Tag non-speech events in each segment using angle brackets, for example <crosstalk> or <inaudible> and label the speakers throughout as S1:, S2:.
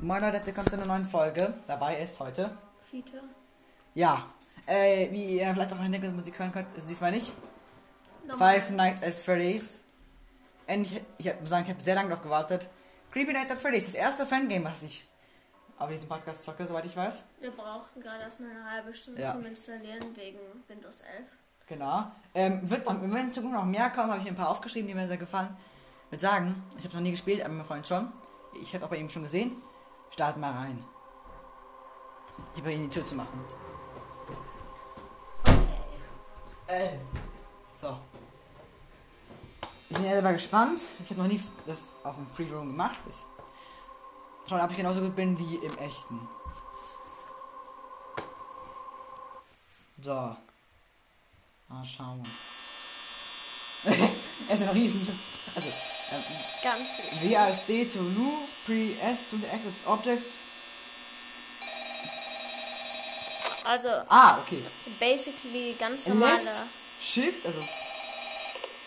S1: Moin Leute, willkommen zu einer neuen Folge. Dabei ist heute.
S2: Fiete.
S1: Ja, äh, wie ihr vielleicht auch in der Musik hören könnt, ist diesmal nicht. Five Nights at Freddy's. Endlich, ich hab- muss sagen, ich habe sehr lange darauf gewartet. Creepy Nights at Freddy's, das erste Fangame, was ich auf diesem Podcast zocke, soweit ich weiß.
S2: Wir brauchten gerade erstmal eine halbe Stunde
S1: Ja.
S2: zum Installieren wegen Windows 11.
S1: Genau. Ähm, wird noch, wenn in Zukunft noch mehr kommen, habe ich mir ein paar aufgeschrieben, die mir sehr gefallen. Ich würde sagen, ich habe noch nie gespielt, aber mein Freund schon. Ich habe auch bei ihm schon gesehen. Starten mal rein. Ich habe ihn die Tür zu machen. Äh. So. Ich bin ja selber gespannt. Ich habe noch nie das auf dem Free Roam gemacht. Ich schau, ob ich genauso gut bin wie im echten. So. Mal schauen. <laughs> es ist ein riesen. Also, ähm,
S2: Ganz viel.
S1: VSD to move, pre S to the active objects.
S2: Also,
S1: Ah, okay.
S2: basically ganz normale,
S1: Left, Shift, also.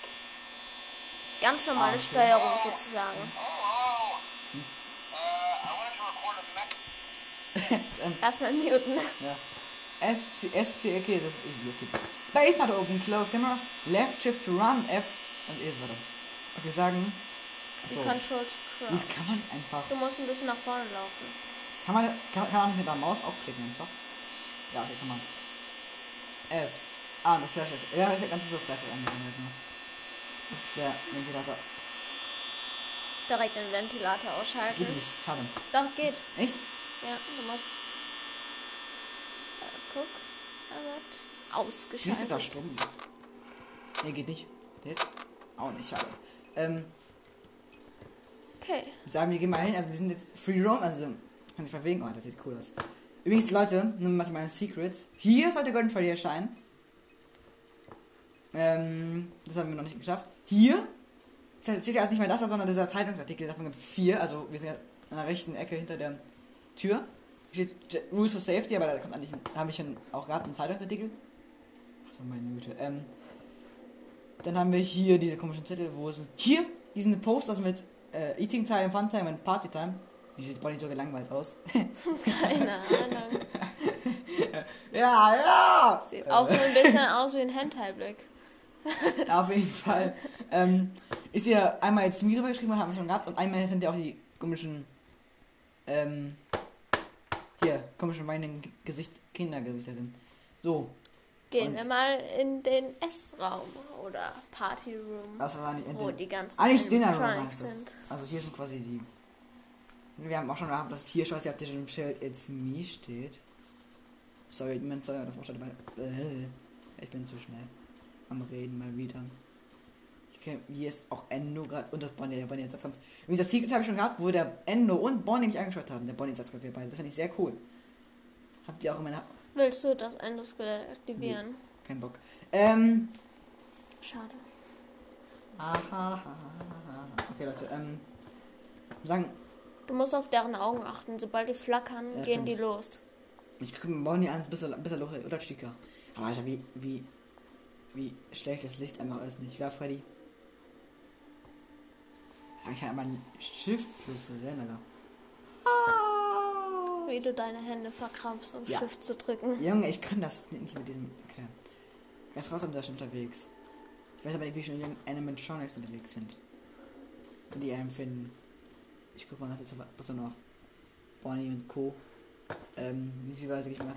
S1: <laughs>
S2: ganz normale
S1: Ah, okay.
S2: Steuerung sozusagen.
S3: Hello. Uh, I wanted to record a message.
S1: ähm,
S2: Erstmal muten.
S1: ja. SC, SC, okay, das ist easy, okay. Spacebar to open, close cameras, left shift to run, F und E, warte. Okay, sagen.
S2: Die
S1: So.
S2: Controls Cross.
S1: Das kann man einfach.
S2: Du musst ein bisschen nach vorne laufen.
S1: Kann man, kann, kann man nicht mit der Maus aufklicken einfach? Ja, okay, kann man. F. Ah, eine Flasche. Ja, ich hab ganz so Flasche angewendet. Ne? Das ist der Ventilator.
S2: Direkt den Ventilator
S1: Geht
S2: ausschalten.
S1: nicht. Schade.
S2: Doch, geht.
S1: Echt?
S2: Ja, du musst. Äh, guck. Da wird
S1: Wie ist dieser
S2: Ausgeschaltet.
S1: Strom? Ne, geht nicht. Jetzt? Auch nicht, schade. Ähm,
S2: Okay. <laughs>
S1: ich sagen, wir gehen mal hin. Also, wir sind jetzt Free Roam. Also, kann sich bewegen. Oh, das sieht cool aus. Übrigens, Leute, nehmen wir mal meine Secrets. Hier sollte Golden Freddy erscheinen. Ähm, das haben wir noch nicht geschafft. Hier ist halt sicher nicht mehr das, da, sondern dieser Zeitungsartikel. Davon gibt es vier. Also, wir sind ja an der rechten Ecke hinter der Tür. Hier steht J- Rules for Safety, aber da kommt eigentlich, da habe ich schon auch gerade einen Zeitungsartikel. Ach so, meine Güte. Ähm, dann haben wir hier diese komischen Zettel, wo es hier diesen Posters mit äh, Eating Time, Fun Time und Party Time. Die sieht Bonnie so gelangweilt aus.
S2: Keine Ahnung.
S1: <laughs> ja, ja!
S2: Sieht auch so ein bisschen aus wie ein Hentai-Blick.
S1: Auf jeden Fall. Ähm, ist ihr einmal jetzt mir geschrieben, haben wir schon gehabt, und einmal sind ja auch die komischen, ähm, hier, komischen weinenden G- Gesicht, Kindergesichter sind. So,
S2: Gehen
S1: Und-
S2: wir mal in den Essraum oder Partyroom,
S1: außer da nicht
S2: wo
S1: in den,
S2: die ganzen
S1: Eigentlich Dinner Room
S2: Animatronics
S1: heißt das.
S2: sind.
S1: Also hier sind quasi die. Wir haben auch schon gehabt, dass hier schon auf diesem Schild It's Me steht. Sorry, man soll ja davor schon äh, Ich bin zu schnell am Reden mal wieder. Ich kenn, hier ist auch Endo gerade und das Bonnie, der Bonnie Ersatzkampf. Wie das Secret habe ich schon gehabt, wo der Endo und Bonnie mich angeschaut haben. Der Bonnie Ersatzkampf, wir beide. Das finde ich sehr cool. Habt ihr auch immer
S2: Willst du das Endoskelett aktivieren?
S1: keinen Bock? Ähm.
S2: Schade.
S1: Aha. Okay, Leute, ähm. Sagen,
S2: Du musst auf deren Augen achten. Sobald die flackern,
S1: Ja,
S2: gehen
S1: stimmt.
S2: die los.
S1: Ich gucke mir Bonnie an, besser, besser Loche oder Chica. Aber Alter, wie, wie, wie schlecht das Licht einfach ist, nicht wahr, Freddy? Ja, Ich habe mein Shift plus ne, Renner.
S2: Wie du deine Hände verkrampfst, um
S1: Ah! Ja.
S2: Shift zu drücken.
S1: Junge, ich kann das nicht mit diesem. Okay. Er ist trotzdem sehr schnell unterwegs. Ich weiß aber nicht, wie schnell die Animatronics unterwegs sind. Wenn die einen finden. Ich guck mal nach der trotzdem noch. Bonnie und Co. Ähm, beziehungsweise gehe ich mal nach.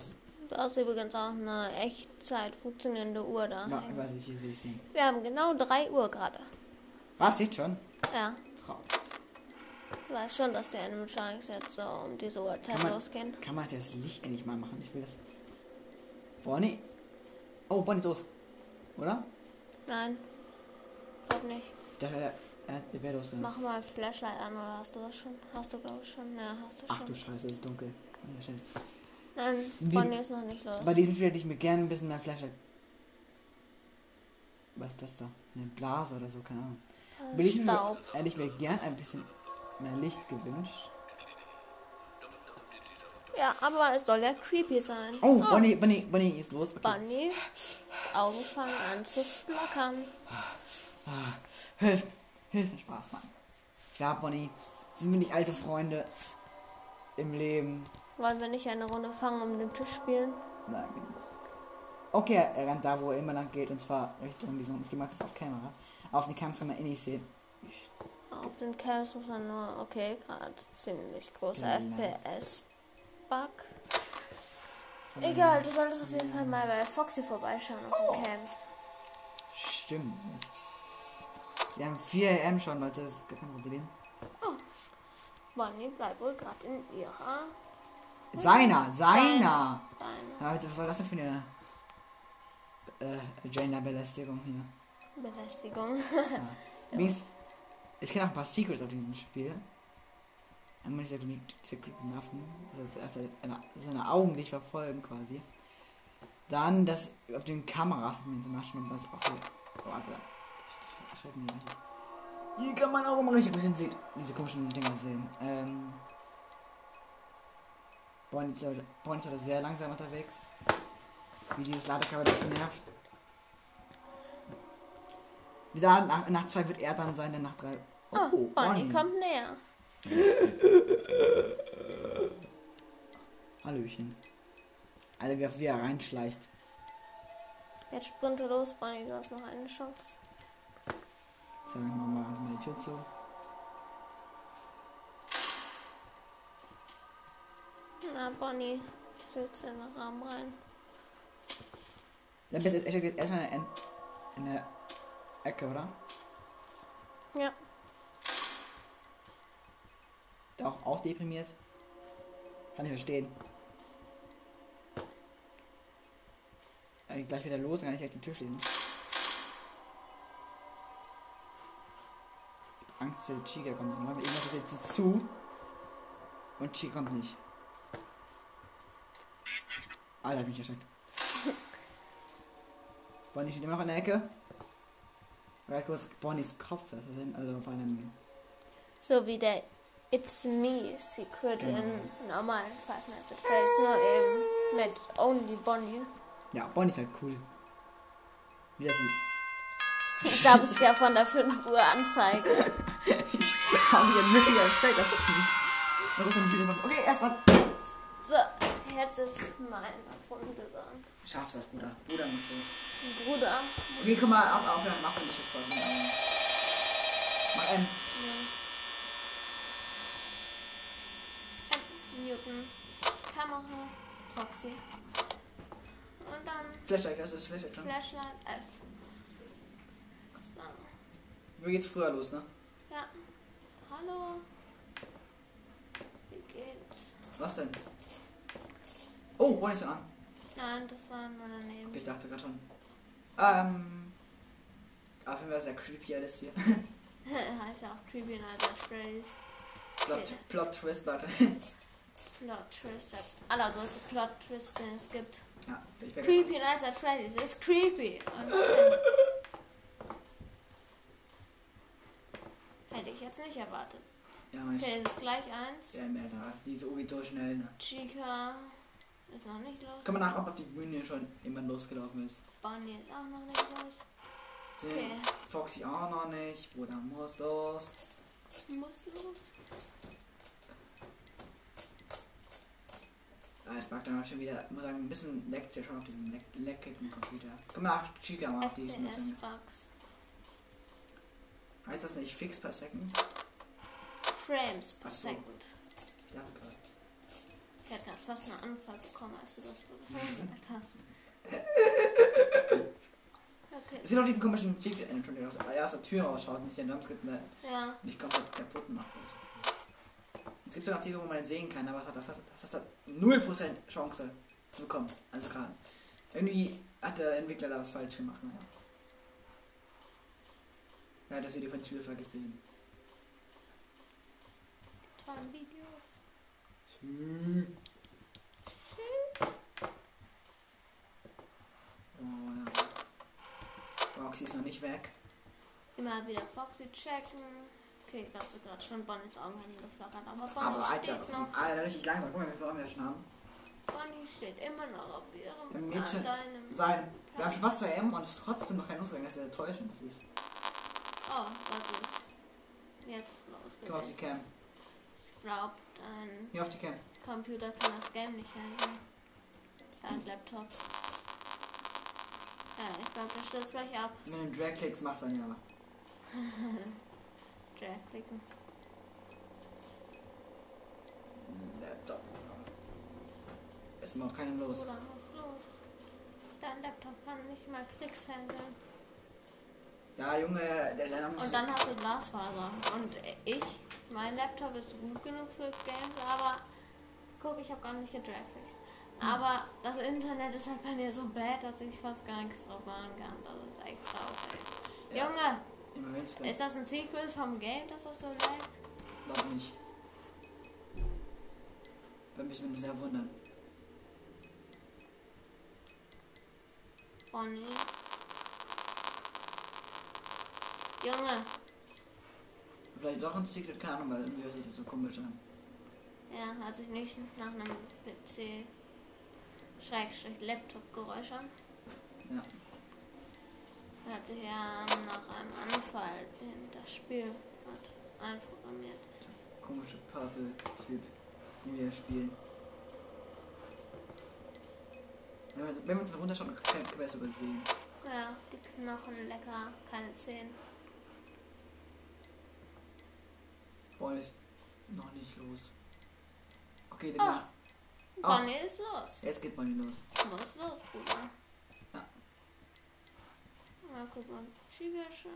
S2: Du hast übrigens auch eine Echtzeit funktionierende Uhr da.
S1: Ja, ich
S2: hängen.
S1: weiß nicht, hier sehe ich sie.
S2: Wir haben genau 3 Uhr gerade.
S1: Was? Sieht schon?
S2: Ja,
S1: Traum.
S2: du weißt schon, dass die Animatronics jetzt so um diese Uhrzeit
S1: Kann man-
S2: losgehen.
S1: Kann man das Licht endlich mal machen? Ich will das. Bonnie. Oh, Bonnie ist los. Oder?
S2: Nein, glaub nicht.
S1: Der, der, der, der wäre los. Ne?
S2: Mach mal ein Flashlight an, oder hast du das schon? Hast du, glaube ich, schon? Ja, hast du
S1: Ach du
S2: schon.
S1: Scheiße, es ist dunkel. Ja, schön.
S2: Nein,
S1: Die-
S2: Bonnie ist noch nicht los.
S1: Bei diesem Spiel hätte ich mir gerne ein bisschen mehr Flashlight. Was ist das da? Eine Blase oder so, keine Ahnung. Bei
S2: äh,
S1: diesem Spiel
S2: Staub.
S1: hätte ich mir gern ein bisschen mehr Licht gewünscht.
S2: Ja, aber es soll ja creepy sein.
S1: Oh, Bonnie, Bonnie, Bonnie ist los. Okay.
S2: Bonnie, die Augen fangen an zu flackern.
S1: Ah, hilf, hilf mir Spaß, Mann. Ja, Bonnie, sind wir nicht alte Freunde? im Leben.
S2: Wollen wir nicht eine Runde fangen um den Tisch spielen?
S1: Nein, genau. Okay, er rennt da, wo er immer lang geht, und zwar Richtung diesen. Ich mache das auf Kamera. Auf den Kampf kann man eh nicht sehen.
S2: Auf den Caps muss man nur. Okay, gerade ziemlich großer
S1: Genau.
S2: FPS-Bug. Egal, du solltest auf jeden Fall mal bei Foxy vorbeischauen auf
S1: Oh.
S2: den Camps.
S1: Stimmt. Wir haben 4 AM schon, Leute, das ist gar kein Problem.
S2: Bonnie bleibt wohl gerade in ihrer.
S1: Seiner, seiner!
S2: Deine
S1: Aber was soll das denn für eine äh, Gender-Belästigung hier?
S2: Belästigung.
S1: Übrigens, ich kenne auch ein paar Secrets auf diesem Spiel. Einmal ist ja die Secret Waffen. Das ist erst seine, seine Augen, die ich verfolgen quasi. Dann das auf den Kameras mit so naschen und das auch so. Warte. Ich- ich- ich schreib mir das. Hier kann man auch immer richtig gut hinsehen. Diese komischen Dinger sehen. Ähm. Bonnie ist heute- Bonnie ist heute sehr langsam unterwegs. Wie dieses Ladekabel das nervt. Wie gesagt, nach, nach zwei wird er dann sein, dann nach drei.
S2: Oh, Bonnie kommt näher.
S1: Hallöchen. Alter, wie er- wie er reinschleicht.
S2: Jetzt sprinte los, Bonnie, du hast noch eine Chance.
S1: Sagen wir mal mal die Tür zu.
S2: Na, Bonnie, willst du in den Rahmen rein?
S1: Dann bist du jetzt echt- jetzt erstmal in, in der Ecke, oder?
S2: Ja.
S1: Da auch, auch deprimiert. Kann ich verstehen. Dann gleich wieder los, dann kann ich gleich die Tür schließen. Angst, dass Chica kommt. Jetzt machen wir irgendwas jetzt zu. Und Chica kommt nicht. Alter, bin ich erschreckt. Bonnie steht immer noch in der Ecke. Reikos Bonnies Kopf, das ist hin, also auf einem.
S2: So wie der It's Me Secret in normalen Five Nights at Freddy's, nur eben mit Only Bonnie.
S1: Ja, Bonnie ist halt cool. Wie das <laughs>
S2: Ich glaube, es ja von der 5 Uhr Anzeige.
S1: Ich habe hier wirklich ein Feld, das ist nicht. Und das ist natürlich noch. Okay, erstmal.
S2: So, jetzt ist meine Runde dran.
S1: Schaffst das, Bruder. Bruder muss los.
S2: Bruder,
S1: Okay, guck mal, auf, auf, mach für dich Folgen. Mach einen.
S2: ähm, Newton, Kamera, Foxy. Und dann
S1: Flashlight, das ist Flashlight ne? schon.
S2: Flashlight äh, F. So,
S1: Mir geht's früher los, ne?
S2: ja. Hallo. Wie geht's?
S1: Was denn? Oh, Bonnie ist schon an.
S2: Nein, das war nur daneben.
S1: Ich dachte gerade schon. Ähm. Auf jeden Fall sehr creepy alles hier.
S2: <laughs> heißt ja auch Creepy Night at Freddy's.
S1: Plot,
S2: Okay.
S1: Plot Twist, Leute. <laughs>
S2: Plot Twist. Der allergrößte Plot Twist, den es gibt.
S1: ja, genau. ich werd
S2: Creepy Night at Freddy's ist creepy. Und <laughs> hätte ich jetzt nicht erwartet.
S1: Ja, Mensch.
S2: Okay, es ist gleich eins.
S1: Ja, mehr da. Diese Ubi so schnell, ne?
S2: Chica ist noch nicht los.
S1: Guck mal nach, ob auf die Bühne schon jemand losgelaufen ist.
S2: Bonnie ist auch noch nicht los.
S1: Tim,
S2: Okay.
S1: Foxy auch noch nicht. Bruder muss los.
S2: Muss los.
S1: Ah, jetzt mag dann auch schon wieder, muss sagen, ein bisschen leckt ja schon auf dem leck, leckigen Computer. Guck mal nach, Chica mal auf die Benutzung.
S2: FPS-Bugs.
S1: Heißt das nicht fix per second?
S2: Frames per
S1: Ach so.
S2: second.
S1: Ich dachte gerade.
S2: Ich hätte gerade fast einen Anfall bekommen, als du das
S1: <laughs>
S2: gesagt hast. Okay,
S1: Es sind auch diesen komischen Secret Entry, der aus, der aus der Tür rausschaut, nicht den Jumpskit ne,
S2: ja.
S1: nicht komplett kaputt macht. Es gibt sogar Tiere, wo man den sehen kann, aber das hat, das hat, das hat 0% Chance zu bekommen. Also gerade. Irgendwie hat der Entwickler da was falsch gemacht, naja. Er hat das Video von Tür gesehen.
S2: Tollen Videos.
S1: Oh, ja. Oh, Roxy ist noch nicht weg.
S2: Immer wieder Foxy checken. Okay, ich glaube gerade schon Bonnies Augen haben geflackert. Aber Bonnie
S1: Aber Alter,
S2: steht noch.
S1: Alter, richtig langsam. Guck mal, wie viel Raum wir schon haben.
S2: Bonnie steht immer noch auf ihrem
S1: Im
S2: an
S1: Mädchen-
S2: deinem.
S1: Sein. Wir haben schon fast 2 M und es ist trotzdem noch kein Ausgang. Das ist ja enttäuschend. Das ist.
S2: Oh, das ist jetzt
S1: Guck mal auf die
S2: losgegangen.
S1: Cam.
S2: Ich glaube, Ein
S1: Hier auf die Cam.
S2: Computer kann das Game nicht handeln. Ein Laptop. Ja, ich glaube, das stürzt gleich ab.
S1: Wenn du Drag-Clicks machst, dann ja. aber.
S2: Jack, klicken.
S1: Laptop. Ist mir auch keinem los.
S2: Bruder, was ist los? Dein Laptop kann nicht mal Klicks handeln.
S1: Ja, Junge, der ist ja noch
S2: Und dann hast du Glasfaser. Und ich, mein Laptop ist gut genug für Games, aber guck, ich habe gar nicht gedragt. Aber das Internet ist halt bei mir so bad, dass ich fast gar nichts drauf machen kann. Das ist echt traurig.
S1: Ja.
S2: Junge,
S1: Im Moment
S2: ist das ein Sequel vom Game, dass das so leckt?
S1: Glaub nicht. Würde mich nur sehr wundern.
S2: Bonnie. Junge,
S1: Vielleicht doch ein Secret, keine Ahnung, weil irgendwie hört sich das so komisch an.
S2: ja, hat sich nicht nach einem PC Schrägstrich Laptop Geräusch an.
S1: Ja.
S2: hatte ja nach einem Anfall den das Spiel hat einprogrammiert.
S1: Komische Pavel-Typ, den wir hier spielen. Wenn wir, wenn wir uns runterschauen, kann können wir es übersehen.
S2: Ja, die Knochen lecker, keine Zehen.
S1: Boah, ist noch nicht los. Okay,
S2: Ah.
S1: Digga. Ach.
S2: Bonnie ist los.
S1: Jetzt geht Bonnie los.
S2: Muss los, Bruder.
S1: Ja.
S2: Mal gucken, Chigasche.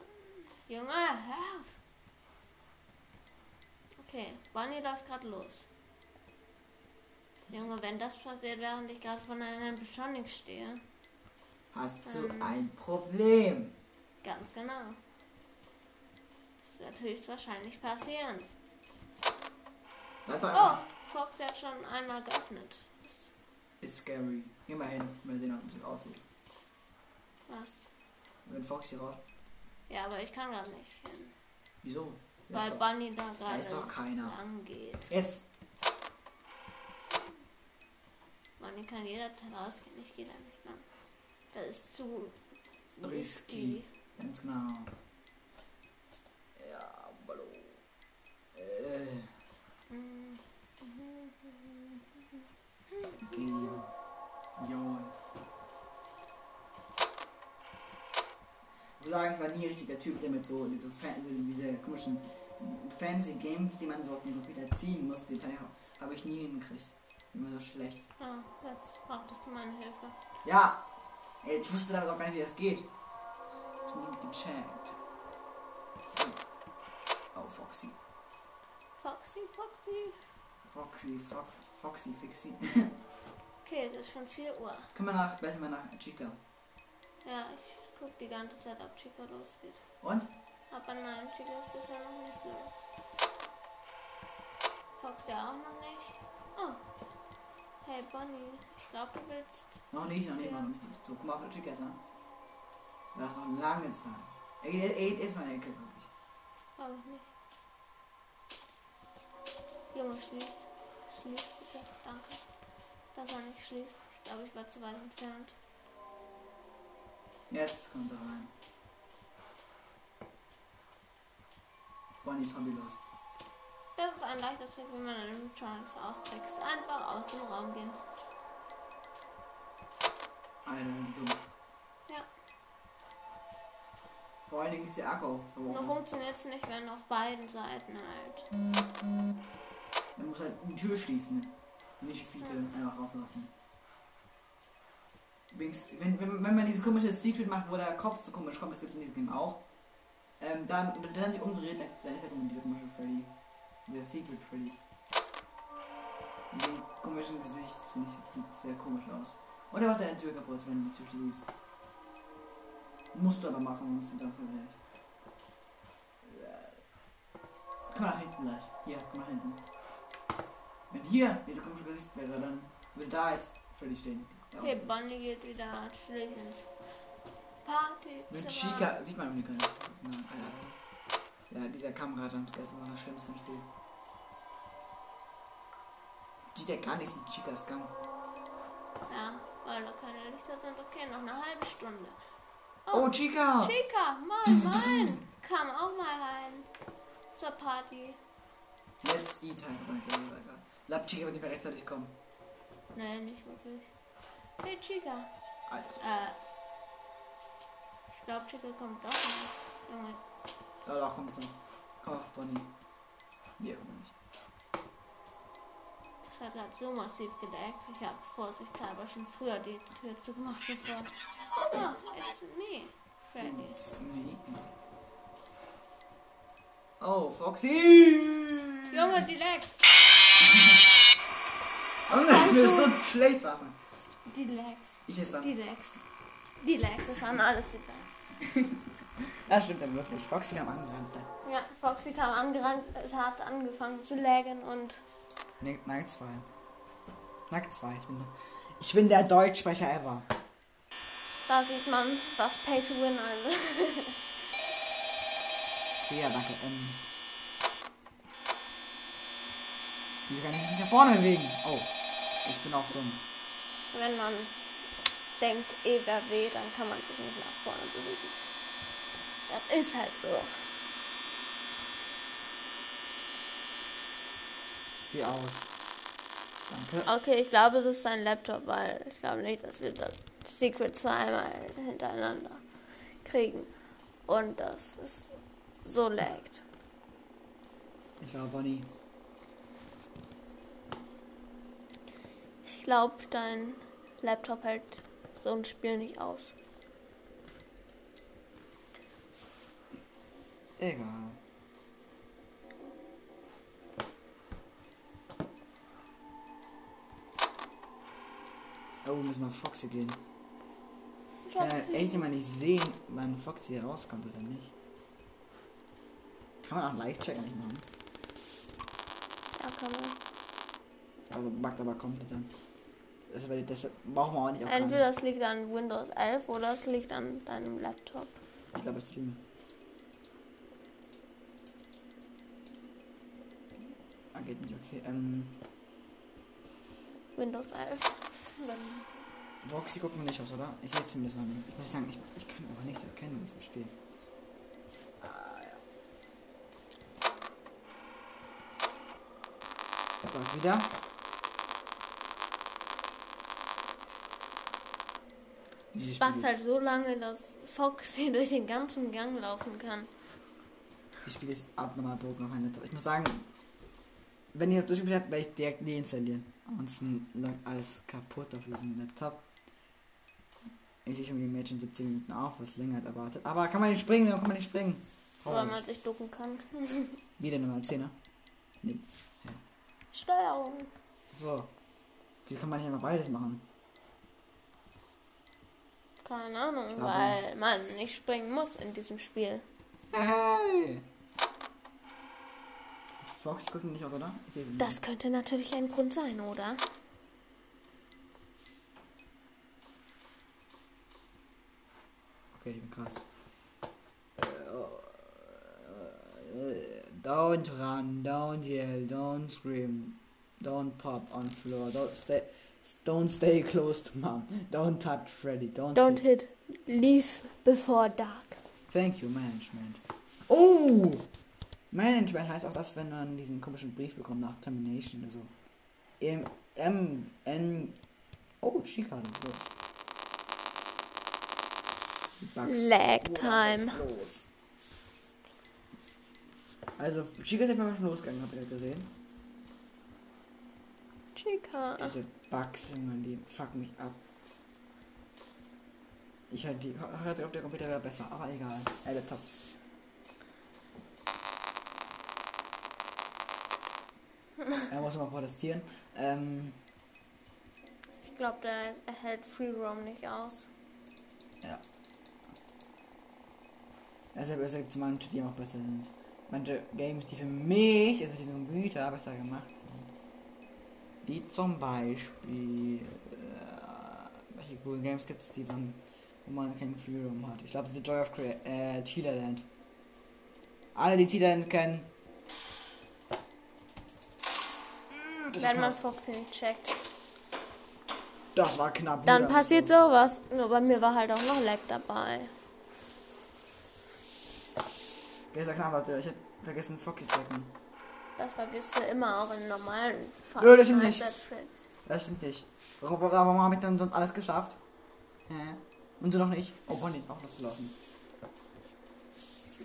S2: Junge, hör auf. Okay, Bonnie läuft gerade los. Junge, wenn das passiert, während ich gerade von einer Beschleunigung stehe.
S1: Hast du
S2: Ähm.
S1: ein Problem?
S2: Ganz genau. Das wird höchstwahrscheinlich passieren.
S1: Bleib doch
S2: Oh,
S1: einfach.
S2: Fox hat schon einmal geöffnet.
S1: Ist scary. Geh mal hin, mal sehen, ob das aussieht.
S2: Was?
S1: Wenn Fox hier war.
S2: Ja, aber ich kann gar nicht hin.
S1: Wieso? Da
S2: Weil
S1: ist doch,
S2: Bunny da
S1: da ist doch
S2: gerade
S1: keiner.
S2: lang geht.
S1: Jetzt.
S2: Bunny kann jederzeit rausgehen, halt ich gehe da nicht lang. Das ist zu
S1: Risky.
S2: risky.
S1: Ganz genau. Ja, hallo. Äh,
S2: Mm. Mhm.
S1: okay. Jo. Ich muss sagen, ich war nie ein richtiger Typ, der mit so, so fancy, diese komischen fancy Games, die man so auf den Computer ziehen muss, die habe ich nie hingekriegt. Immer so schlecht.
S2: Ah, jetzt brauchtest du meine Hilfe.
S1: Ja! Ey, ich wusste damals auch gar nicht, wie das geht. Ich nie gecheckt. Oh, Foxy.
S2: Foxy, Foxy.
S1: Foxy, Fox, Foxy, Fixie.
S2: Okay, es ist schon 4 Uhr.
S1: Können wir nach, gleich mal nach Chica.
S2: Ja, ich guck die ganze Zeit, ob Chica losgeht.
S1: Und?
S2: Aber nein, Chica ist bisher noch nicht los. Fox ja auch noch nicht. Oh. Hey Bonnie, ich glaube du willst.
S1: Noch nicht, noch nicht,
S2: Ja.
S1: noch nicht. So, guck mal auf Chica an. Da ist noch eine lange Zeit. Er geht, er geht erstmal in der Ecke, glaub ich.
S2: Glaube ich nicht. Junge, schließ. Schließ bitte. Danke. Dass er nicht schließt. Ich glaube, ich war zu weit entfernt.
S1: Jetzt kommt er rein. Bonnie ist hobbylos.
S2: Das ist ein leichter Trick, wenn man Animatronics austrickst. Einfach aus dem Raum gehen.
S1: Alter, wie dumm.
S2: Ja.
S1: Vor allen Dingen ist der Akku
S2: Nur
S1: verworfen.
S2: funktioniert es nicht, wenn auf beiden Seiten halt.
S1: Man muss halt die Tür schließen. Nicht die Fiete einfach rauslaufen. Übrigens, wenn, wenn, wenn man dieses komische Secret macht, wo der Kopf so komisch kommt, das gibt es in diesem Game auch, ähm, dann, und dann sich umdreht, dann, dann ist er dieser komische Freddy. Dieser Secret Freddy. Mit dem komischen Gesicht, das finde ich, sieht sehr komisch aus. Und er macht deine Tür kaputt, wenn du die Tür schließt. Musst du aber machen, sonst darfst du nicht. Komm mal nach hinten gleich. Hier, komm mal nach hinten. Wenn hier dieser komische Gesicht wäre, dann würde da jetzt Freddy stehen. Ja.
S2: Okay, Bonnie geht wieder chillig ins Party.
S1: Mit Chica sieht man irgendwie gar nicht. Nein, äh, ja, dieser Kamerad am Skate war das Schlimmste im Spiel. Sieht ja gar nichts in Chicas Gang.
S2: Ja, weil da keine Lichter sind. Okay, noch eine halbe Stunde.
S1: Oh, Chica!
S2: Chica, moin, moin. Komm auch mal rein. Zur Party.
S1: Let's eat, hat er gesagt, der Lieberger. Lapchika wird nicht mehr rechtzeitig kommen.
S2: Nee, nicht wirklich. Hey, Chica.
S1: Alter,
S2: Äh. Ich glaube, Chica kommt doch nicht. Junge.
S1: ja, doch, komm bitte. Ach, Bonnie. Nee, komm nicht.
S2: Das hat halt so massiv gedeckt. Ich habe vorsichtshalber schon früher die Tür zugemacht, bevor. Ah, it's me, Freddy.
S1: Nee. Oh, Foxy!
S2: Junge, die Legs.
S1: Oh nein, <laughs> du bist so schlecht, was?
S2: Die Legs.
S1: Ich ist
S2: Die
S1: dann.
S2: Legs. Die Legs, das waren alles die Legs.
S1: Das stimmt dann wirklich. Foxy am Anrand.
S2: Ja, Foxy kam angerannt, es hat angefangen zu laggen und
S1: Nee, Nike 2. Nike 2. Ich bin, ich bin der Deutschsprecher ever.
S2: da sieht man, was Pay to Win alles.
S1: Ja, danke. Ähm. Wieso kann ich mich nicht nach vorne bewegen? Oh. Ich bin auch dumm.
S2: Wenn man denkt, eh wer weh, dann kann man sich nicht nach vorne bewegen. Das ist halt so.
S1: Es geht aus. Danke.
S2: Okay, ich glaube, es ist sein Laptop, weil ich glaube nicht, dass wir das Secret zweimal hintereinander kriegen. Und das ist so laggt.
S1: Ich war Bonnie.
S2: Ich glaube, dein Laptop hält so ein Spiel nicht aus.
S1: Egal. Oh, wir müssen auf Foxy gehen.
S2: Ich
S1: Ich kann
S2: hab,
S1: halt echt immer nicht sehen, wann Foxy rauskommt oder nicht. Kann man auch Live-Checker nicht machen.
S2: ja, kann man.
S1: Also backt aber komplett an. Das, weil, das brauchen wir auch nicht auf
S2: Entweder es liegt an Windows 11 oder es liegt an deinem Laptop.
S1: Hand. Ich glaube, es liegen. Ah, geht nicht, okay. Ähm,
S2: Windows 11. Dann-
S1: Foxy guckt mir nicht aus, oder? Ich sehe zumindest noch nicht. Ich muss sagen, ich, ich kann aber nichts erkennen in diesem Spiel. Ah, ja. Das war's wieder. Dieses
S2: Es macht
S1: Spiel
S2: halt
S1: ist-
S2: so lange, dass <laughs> Foxy durch den ganzen Gang laufen kann.
S1: Das Spiel ist abnormal broken auf meine Tour. Ich muss sagen, wenn ich das durchgespielt habe, werde ich direkt deinstallieren. Ansonsten läuft alles kaputt auf diesem Laptop. Ich sehe schon gegen Mädchen 17 Minuten auf, was länger als erwartet. Aber kann man nicht springen, dann kann man nicht springen.
S2: Oder
S1: Oh,
S2: man halt sich ducken kann.
S1: wieder Nummer 10er.
S2: Steuerung.
S1: So. Wieso kann man nicht einfach beides machen?
S2: Keine Ahnung,
S1: Warum? Mhm.
S2: weil man nicht springen muss in diesem Spiel.
S1: Hey! Fox guckt nicht aus, oder? Ich sehe sie nicht.
S2: Das könnte natürlich ein Grund sein, oder?
S1: Okay, ich bin krass. Äh, Don't run, don't yell, don't scream, don't pop on floor, don't stay, don't stay close to mom, don't touch Freddy, don't.
S2: Don't
S1: hit-
S2: hit. Leave before dark.
S1: Thank you, Management. Oh! Management heißt auch das, wenn man diesen komischen Brief bekommt nach Termination oder so. M, M, N. Oh, Chica, los. Die Bugs.
S2: Lag
S1: Bruder,
S2: time.
S1: was ist los? Also, Chica ist einfach schon losgegangen, habt ihr das gesehen?
S2: Chica.
S1: Diese Bugs, Junge, die fucken mich ab. Ich halt die. Ich hatte auf der Computer wäre besser, aber egal. Äh, Laptop. er muss mal protestieren. Ähm,
S2: Ich glaube, der hält Free Roam nicht aus.
S1: deshalb gibt es manche, die auch besser sind. Manche Games, die für mich, also mit diesem Computer, besser gemacht sind. Wie zum Beispiel. Äh, welche coolen Games gibt es, die man, wo man keinen Freeroom hat? Ich glaube, The Joy of Crea äh, Thielerland. Alle, die Thielerland kennen. Mm, Das, war
S2: Wenn man
S1: knapp.
S2: Foxy nicht checkt.
S1: das war knapp.
S2: Dann
S1: Bruder.
S2: passiert sowas. Nur bei mir war halt auch noch Lag dabei.
S1: Der ist ja knapp, Leute. Ich hab vergessen, Foxy checken.
S2: Das vergisst du immer auch im normalen Fall.
S1: Nö, das stimmt nicht.
S2: Mindset-Trick.
S1: Das stimmt nicht. Robert, warum habe ich dann sonst alles geschafft? Hä? Und du noch nicht? Oh, Bonnie ist auch losgelaufen.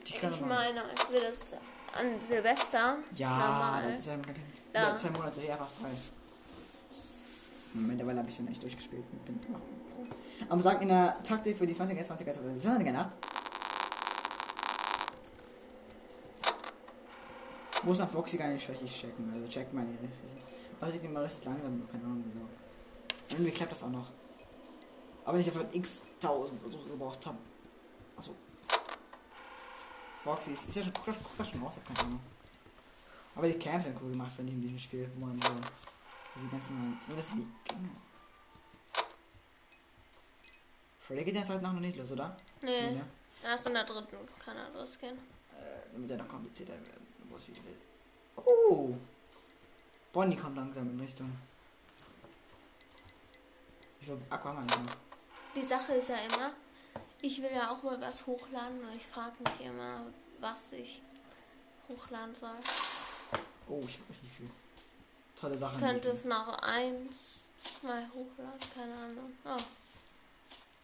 S1: Die kann
S2: Ich
S1: man-
S2: meine, als wir das an Silvester
S1: Ja,
S2: normal.
S1: das ist ja mit
S2: Ja.
S1: ja. zwei Monate her, fast drei. Mittlerweile habe ich den echt durchgespielt. Ich bin immer Pro. Am Tag in der Taktik für die 20er, 20er, 20er, 20er Nacht. Muss nach Foxy gar nicht richtig checken. Also checkt man nicht richtig. Aber sieht immer richtig langsam, keine Ahnung wieso. Irgendwie klappt das auch noch. Aber nicht dafür x tausend Versuche gebraucht haben. Achso. Foxy ist, ist ja schon, guck, das- guck das schon aus, ich hab keine Ahnung. Aber die Camps sind cool gemacht, finde ich, in diesem Spiel. Wo man so diese ganzen. Nur das wie. Freddy geht jetzt halt noch nicht los, oder?
S2: nee,
S1: ne?
S2: erst in der dritten kann er losgehen.
S1: Äh, damit er noch komplizierter werden, wo es wieder will. Oh! Bonnie kommt langsam in Richtung. Ich glaube, Aquaman ist noch.
S2: Die Sache ist ja immer, ich will ja auch mal was hochladen, nur ich frage mich immer, was ich hochladen soll.
S1: Oh, ich hab richtig viel. Tolle
S2: Ich
S1: Sachen.
S2: könnte
S1: liegen.
S2: noch eins mal hochladen, keine Ahnung. Oh.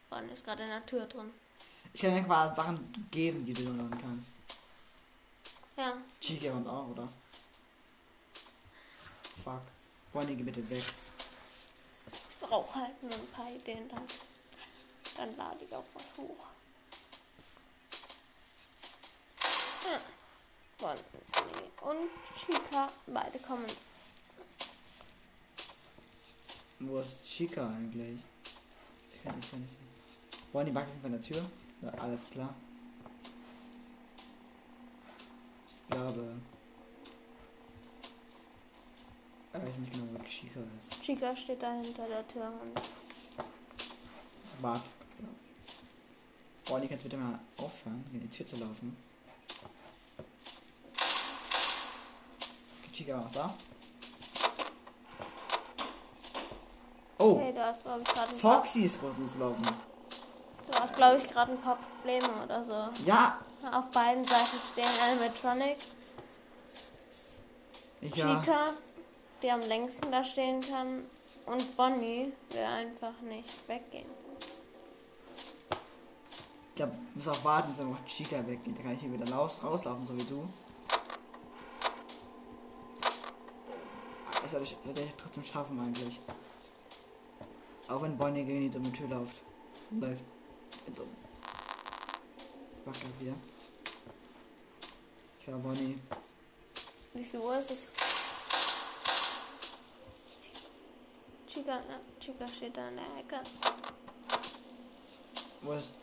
S2: Wann ist gerade in der Tür drin?
S1: ich kann dir ein paar Sachen geben, die du downloaden kannst.
S2: Ja,
S1: Chica kommt auch, oder? Fuck. Bonnie geht bitte weg.
S2: ich brauche halt nur ein paar Ideen, dann, dann lade ich auch was hoch. Ja. Bonnie Und Chica, beide kommen.
S1: Wo ist Chica eigentlich? Ich kann die Tür nicht sehen. Bonnie backt hinter der Tür. Ja, alles klar. Ich glaube. Ich weiß nicht genau, wo Chica ist.
S2: Chica steht da hinter der Tür und
S1: Wart. Bonnie, kannst du bitte mal aufhören, in die Tür zu laufen? Okay, Chica war auch da. Oh,
S2: Hey, du hast, glaube ich, gerade ein, paar-
S1: Foxy ist rot zu laufen.
S2: du hast, glaub ich, gerade ein paar Probleme oder so.
S1: Ja,
S2: Auf beiden Seiten stehen Animatronic,
S1: Ich ja.
S2: Chica, die am längsten da stehen kann, und Bonnie will einfach nicht weggehen.
S1: Da muss auch warten, bis einfach Chica weggeht. Da kann ich hier wieder raus, rauslaufen, so wie du. Das sollte ich, sollte ich trotzdem schaffen eigentlich. Auch wenn Bonnie gegen die dumme Tür läuft. Läuft. Bin dumm. Das packt gleich wieder. Ich höre Bonnie.
S2: Wie viel Uhr ist es? Chica, ja, Chica steht da in der Ecke.
S1: Wo ist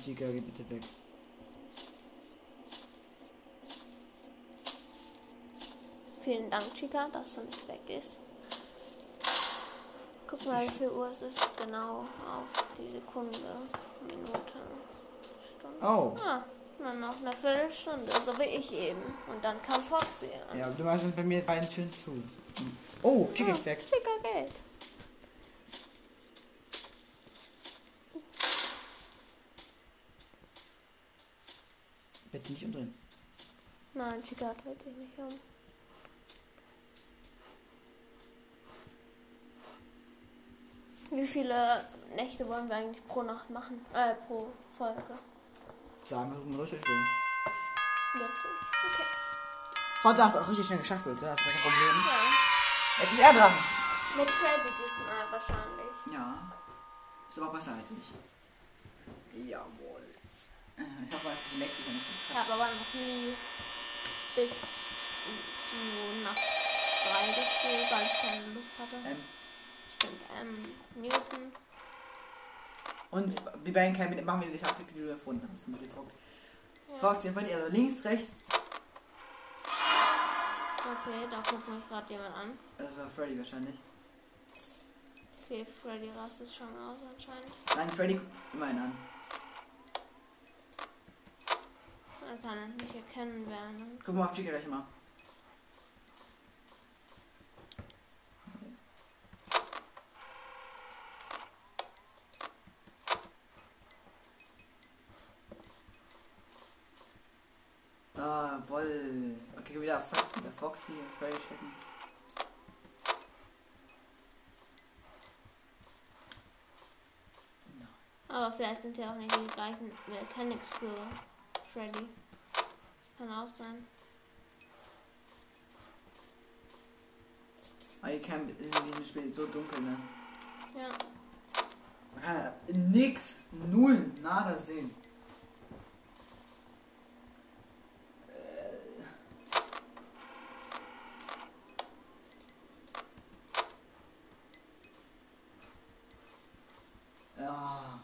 S1: Chica? Geh bitte weg.
S2: Vielen Dank, Chica, dass du nicht weg ist. Guck mal, wie viel Uhr es ist. Genau auf die Sekunde, Minute, Stunde.
S1: Oh.
S2: Ah, nur noch eine Viertelstunde, so wie ich eben. Und dann kam Foxy an.
S1: Ja, aber du machst mit bei mir beiden Türen zu. Oh, Chica
S2: Ah.
S1: geht weg.
S2: Chica geht.
S1: Bitte nicht umdrehen.
S2: Nein, Chica dreht sich nicht um. Wie viele Nächte wollen wir eigentlich pro Nacht machen? Äh, pro Folge.
S1: Sagen wir, wir richtig spielen.
S2: Jetzt. Okay.
S1: Verdammt, auch oh, richtig schnell geschafft wird, das ist gar kein Problem.
S2: Ja.
S1: Jetzt ist er dran.
S2: Mit Freddy diesmal wahrscheinlich.
S1: Ja. Ist aber besser als ich. Jawohl. Äh, Ich hoffe, dass das nächste Mal nicht so
S2: Ich habe aber noch nie bis zu zu Nacht 3 gespielt, weil ich keine Lust hatte.
S1: Ähm,
S2: Stimmt, ähm, Newton.
S1: Und die beiden kann mit, machen wir die Taktik, die du erfunden hast. Mit dem Fox.
S2: Ja.
S1: Fox, den fand ihr also links, rechts.
S2: Okay, da guckt mich gerade jemand an.
S1: Das war Freddy wahrscheinlich.
S2: Okay, Freddy rastet schon aus anscheinend.
S1: Nein, Freddy guckt immer einen an.
S2: Man kann nicht erkennen, wer. Ne?
S1: Guck mal auf Chica gleich mal. Ah, woll. Okay, wieder, Fo- wieder Fox. Box hier, Trail checken.
S2: Aber vielleicht sind ja auch nicht die gleichen Mechanics für Freddy. Das kann auch sein.
S1: Aber Ah, hier kann in diesem Spiel so dunkel, ne?
S2: Ja.
S1: Man kann da Äh, nix, null, nada sehen. Äh. Äh. Ah.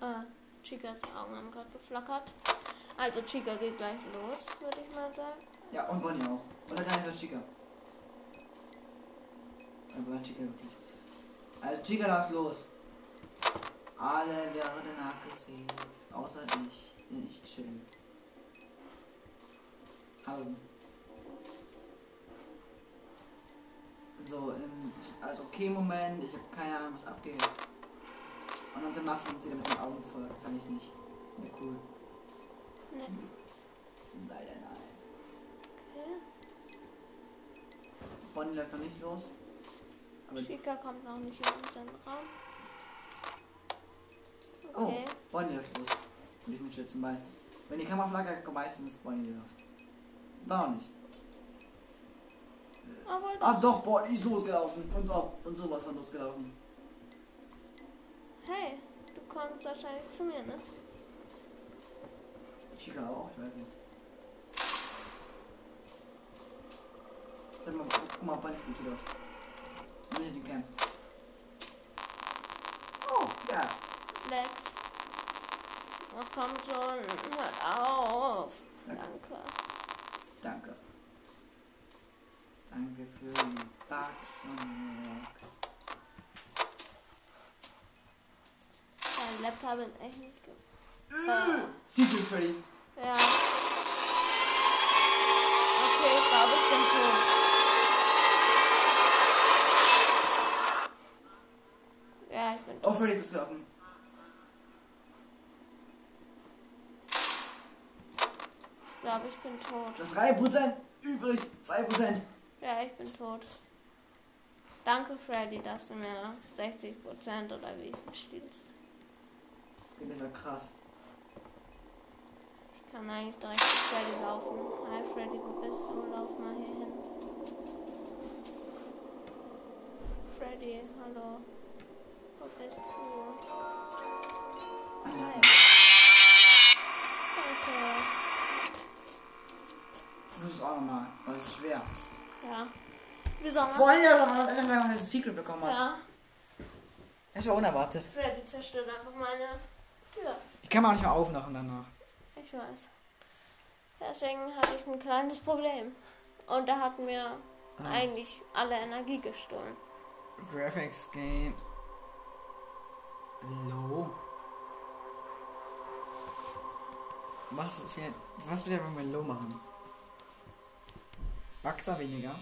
S2: Äh, Chikas Augen haben gerade geflackert. Also Chica geht gleich los, würde ich mal sagen.
S1: Ja, und Bonnie auch. Oder gar nicht was Chica. Aber war Chica wirklich. Also Chica läuft los. Alle werden aggressiv, außer ich, den ich chill. Augen. So, ähm, also okay, Moment, ich habe keine Ahnung, was abgeht. Und dann der Muffin sieht er mit den Augen voll, kann ich nicht. Ja, cool.
S2: Nee.
S1: Leider nein.
S2: Okay.
S1: Bonnie läuft noch nicht los. Aber
S2: Chica kommt noch nicht in unseren Raum.
S1: Oh,
S2: Okay.
S1: Bonnie läuft los. Will ich mitschützen, weil wenn die Kamera flackert, kommt meistens Bonnie in die Luft. Da noch nicht.
S2: Aber
S1: Ah doch, Bonnie ist losgelaufen. Und, oh, und sowas von losgelaufen.
S2: hey, du kommst wahrscheinlich zu mir, ne?
S1: Chica auch, ich weiß nicht. Sag mal, guck mal, Bonnie fliegt hier durch. Und nicht in den Camp. Oh, ja.
S2: Lex. Ach komm schon, hört auf.
S1: Danke.
S2: Danke.
S1: Danke. Danke für die Bugs und Rex.
S2: Mein Laptop ist echt nicht gut. Äh,
S1: Secret Freddy.
S2: ja. Okay, ich glaube, ich bin tot. Ja, ich bin
S1: Oh,
S2: tot.
S1: Freddy ist losgelaufen.
S2: Ich glaube, ich bin tot.
S1: Noch 3% übrig, 2%.
S2: Ja, ich bin tot. Danke, Freddy, dass du mir 60% oder wie ich spielst.
S1: Okay, Das war krass.
S2: Ich kann eigentlich direkt zu Freddy laufen. Hi, Freddy, wo bist du? Lauf mal hier hin. Freddy, hallo. Wo bist du? Hi. Danke.
S1: Das ist auch nochmal, weil es ist schwer.
S2: Ja. Wir sollen
S1: Vor allem, dass du am Ende noch ein Secret bekommen hast.
S2: Ja.
S1: Das ist ja unerwartet.
S2: Freddy zerstört einfach meine Tür.
S1: Ich kann man auch nicht mehr aufmachen danach.
S2: Ich weiß. Deswegen hatte ich ein kleines Problem. Und da hat mir
S1: Ah.
S2: eigentlich alle Energie gestohlen.
S1: Graphics Game. Low. Was ist mir. Was will der mit Low machen? Backt's er weniger?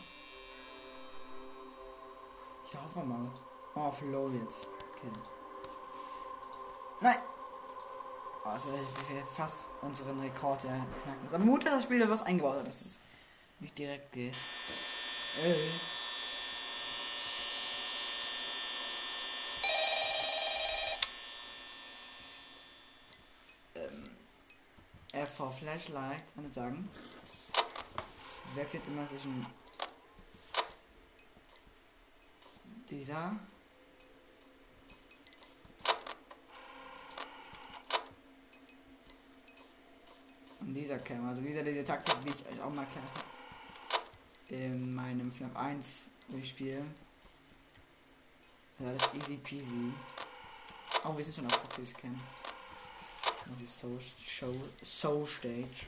S1: Ich hoffe mal. Oh, auf Low jetzt. Okay. Nein! Also, wir werden fast unseren Rekord ja knacken. Seine Mutter hat das Spiel da was eingebaut, hat, dass es nicht direkt geht. Äh. FV Flashlight, kann ich sagen. Wechselt immer zwischen dieser und dieser Cam. Also wieder diese Taktik, die ich euch auch mal erklärt habe. In meinem FNAF 1 Durchspiel. Ja, das ist easy peasy. Oh, wir sind schon auf Foxy's Cam. Noch die Soul, Show, Soul Stage.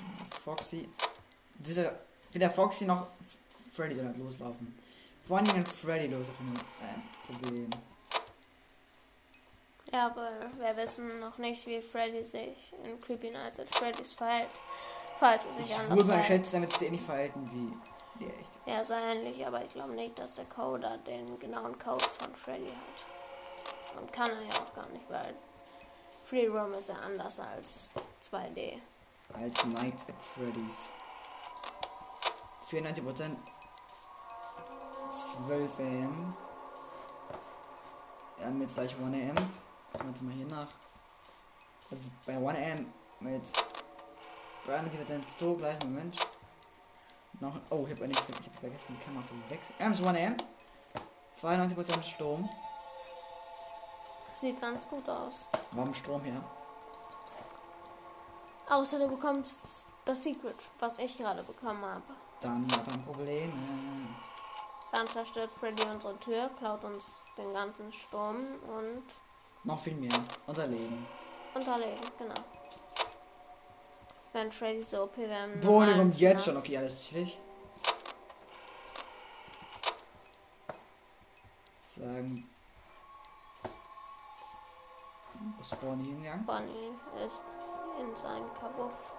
S1: Ah, Foxy. Wieso- Weder Foxy noch Freddy soll halt loslaufen. Vor allen Dingen Freddy los auf äh, Problem.
S2: Ja, aber wir wissen noch nicht, wie Freddy sich in Creepy Nights at Freddy's verhält. Falls es sich
S1: Ich
S2: anders
S1: wurde mal
S2: verhält.
S1: geschätzt, damit sie eh nicht verhalten wie der echt.
S2: Ja, so ähnlich, aber ich glaube nicht, dass der Coder den genauen Code von Freddy hat. Und kann er ja auch gar nicht, weil Free-Roam ist ja anders als 2D.
S1: Als Nights at Freddy's. 94 Prozent. 12 am. Wir haben jetzt gleich 1 am. Gucken wir jetzt mal hier nach. Das ist bei 1 am mit 93 Prozent so gleich. Moment. Noch, oh, ich habe eigentlich ich hab vergessen, die Kamera zu wechseln. Ähm, es ist 1 am. 92 Prozent Strom.
S2: Das sieht ganz gut aus.
S1: Warum Strom her?
S2: Außer du bekommst das Secret, was ich gerade bekommen habe.
S1: Dann hat man Probleme. Äh,
S2: Dann zerstört Freddy unsere Tür, klaut uns den ganzen Sturm und
S1: Noch viel mehr. Unser Leben.
S2: unterlegen, genau. Wenn Freddy so OP wäre. im
S1: Boah, der
S2: normalen
S1: kommt jetzt
S2: Knast-
S1: schon. Okay, alles chillig. Sagen. Ist Bonnie hingegangen?
S2: Bonnie ist in seinen Kabuff.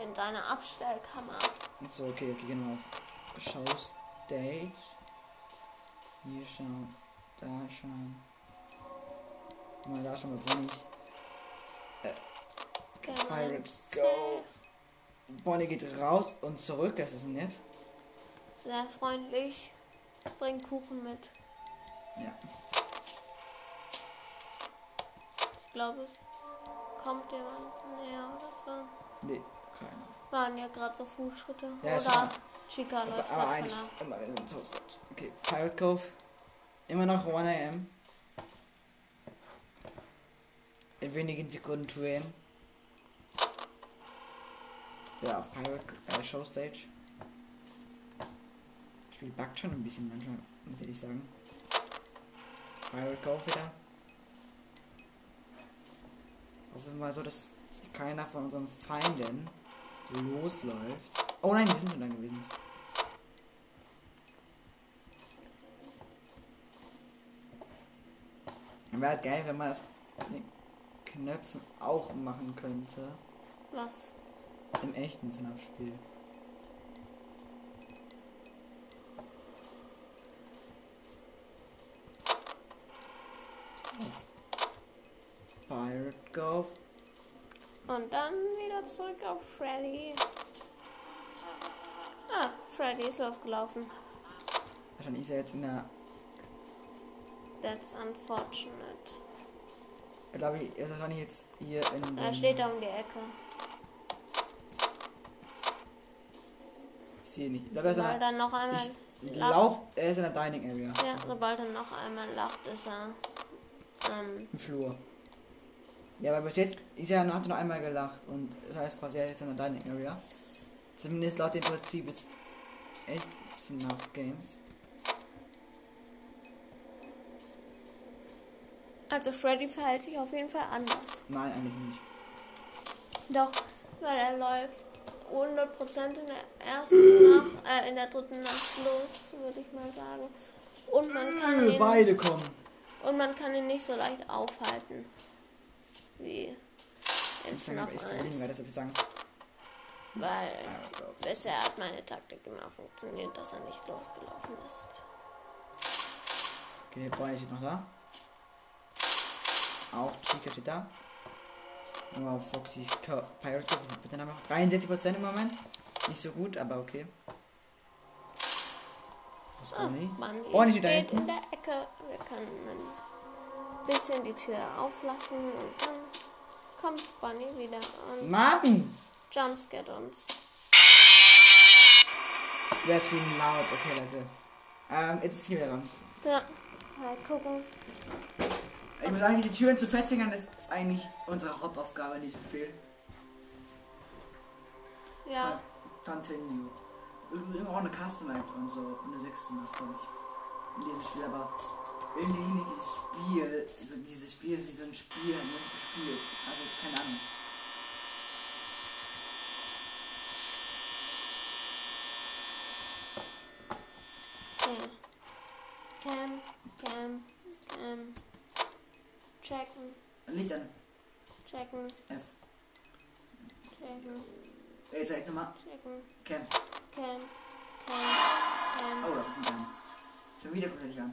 S2: In seiner Abstellkammer.
S1: So, okay, okay, gehen wir auf Showstage. Hier schauen, da schauen. Guck Mal da schauen, mal Bonnie.
S2: Genau.
S1: Pirates go. Bonnie geht raus und zurück, das ist nett.
S2: Sehr freundlich. Bringt Kuchen mit.
S1: Ja.
S2: Ich glaube, es kommt jemand näher oder so.
S1: Nee, keiner.
S2: Waren ja gerade so Fußschritte.
S1: Ja, ist
S2: oder
S1: wahr.
S2: Chica
S1: Aber,
S2: läuft
S1: aber
S2: gerade
S1: eigentlich
S2: von
S1: immer wenn es Toast ist. Okay, Pirate Cove. Immer noch 1 am. In wenigen Sekunden zu gehen. Ja, auf Pirate Co- äh, Showstage. Das Spiel buggt schon ein bisschen manchmal, muss ich ehrlich sagen. Pirate Cove wieder. Hoffen wir mal so, dass keiner von unseren Feinden losläuft. Oh nein, wir sind schon da gewesen. Wäre halt geil, wenn man das mit den Knöpfen auch machen könnte.
S2: Was?
S1: Im echten FNAF-Spiel. Pirate Golf.
S2: Und dann wieder zurück auf Freddy. Ah, Freddy ist losgelaufen.
S1: Wahrscheinlich ist er jetzt in der.
S2: That's unfortunate.
S1: Ich glaube, er ist wahrscheinlich jetzt hier in.
S2: Er
S1: dem-
S2: steht da um die Ecke.
S1: Ich sehe ihn nicht. Ich glaube, er ist in
S2: Sobald
S1: der.
S2: er noch einmal.
S1: Ich glaube, er ist in der Dining Area.
S2: Ja, sobald er noch einmal lacht, ist er. Ähm,
S1: Im Flur. Ja, aber bis jetzt ist er nur, hat er nur einmal gelacht und das heißt quasi, er ist in der Dining Area. Zumindest laut dem Prinzip ist echt FNAF Games.
S2: also Freddy verhält sich auf jeden Fall anders.
S1: Nein, eigentlich nicht.
S2: Doch, weil er läuft 100% in der ersten Nacht, äh, in der dritten Nacht los, würde ich mal sagen. Und man kann
S1: Äh,
S2: ihn,
S1: Beide kommen.
S2: und man kann ihn nicht so leicht aufhalten. Wie in
S1: Ich kann
S2: FNAF
S1: ich probieren,
S2: 1.
S1: weil das würde ich sagen.
S2: Weil
S1: Ja, drauf.
S2: bisher hat meine Taktik immer funktioniert, dass er nicht losgelaufen ist.
S1: Okay, Bonnie steht noch da. Auch Chica steht da. Oh, Foxy Co- Pirate Cove, bitte noch 63% im Moment. Nicht so gut, aber okay. Was
S2: Ah,
S1: Bonnie?
S2: Bunny
S1: Bonnie steht Oh, da
S2: steht
S1: hinten.
S2: in der Ecke. Wir können ein bisschen die Tür auflassen und dann kommt Bunny wieder und
S1: Mann!
S2: jumpscared uns.
S1: Wer zu laut? Okay, Leute. Ähm, jetzt ist viel wieder dran.
S2: Ja, mal gucken.
S1: Ich muss sagen, diese Türen zu fettfingern ist eigentlich unsere Hauptaufgabe in diesem Spiel.
S2: Ja,
S1: Continue. Äh, Es gibt immer auch eine Custom Act und so. Und eine sechste Nacht, glaube ich. In diesem Spiel, aber irgendwie nicht dieses Spiel. Also dieses Spiel ist wie so ein Spiel, ein echtes Spiel ist. Also keine Ahnung.
S2: okay. hm. Cam, Cam, Cam. Checken,
S1: Licht an
S2: checken,
S1: F.
S2: checken,
S1: Äh, Jetzt sag nochmal.
S2: checken.
S1: Cam.
S2: Cam, Cam,
S1: Oh, da
S2: Cam.
S1: guckt mich an. Schon wieder guckt er dich an.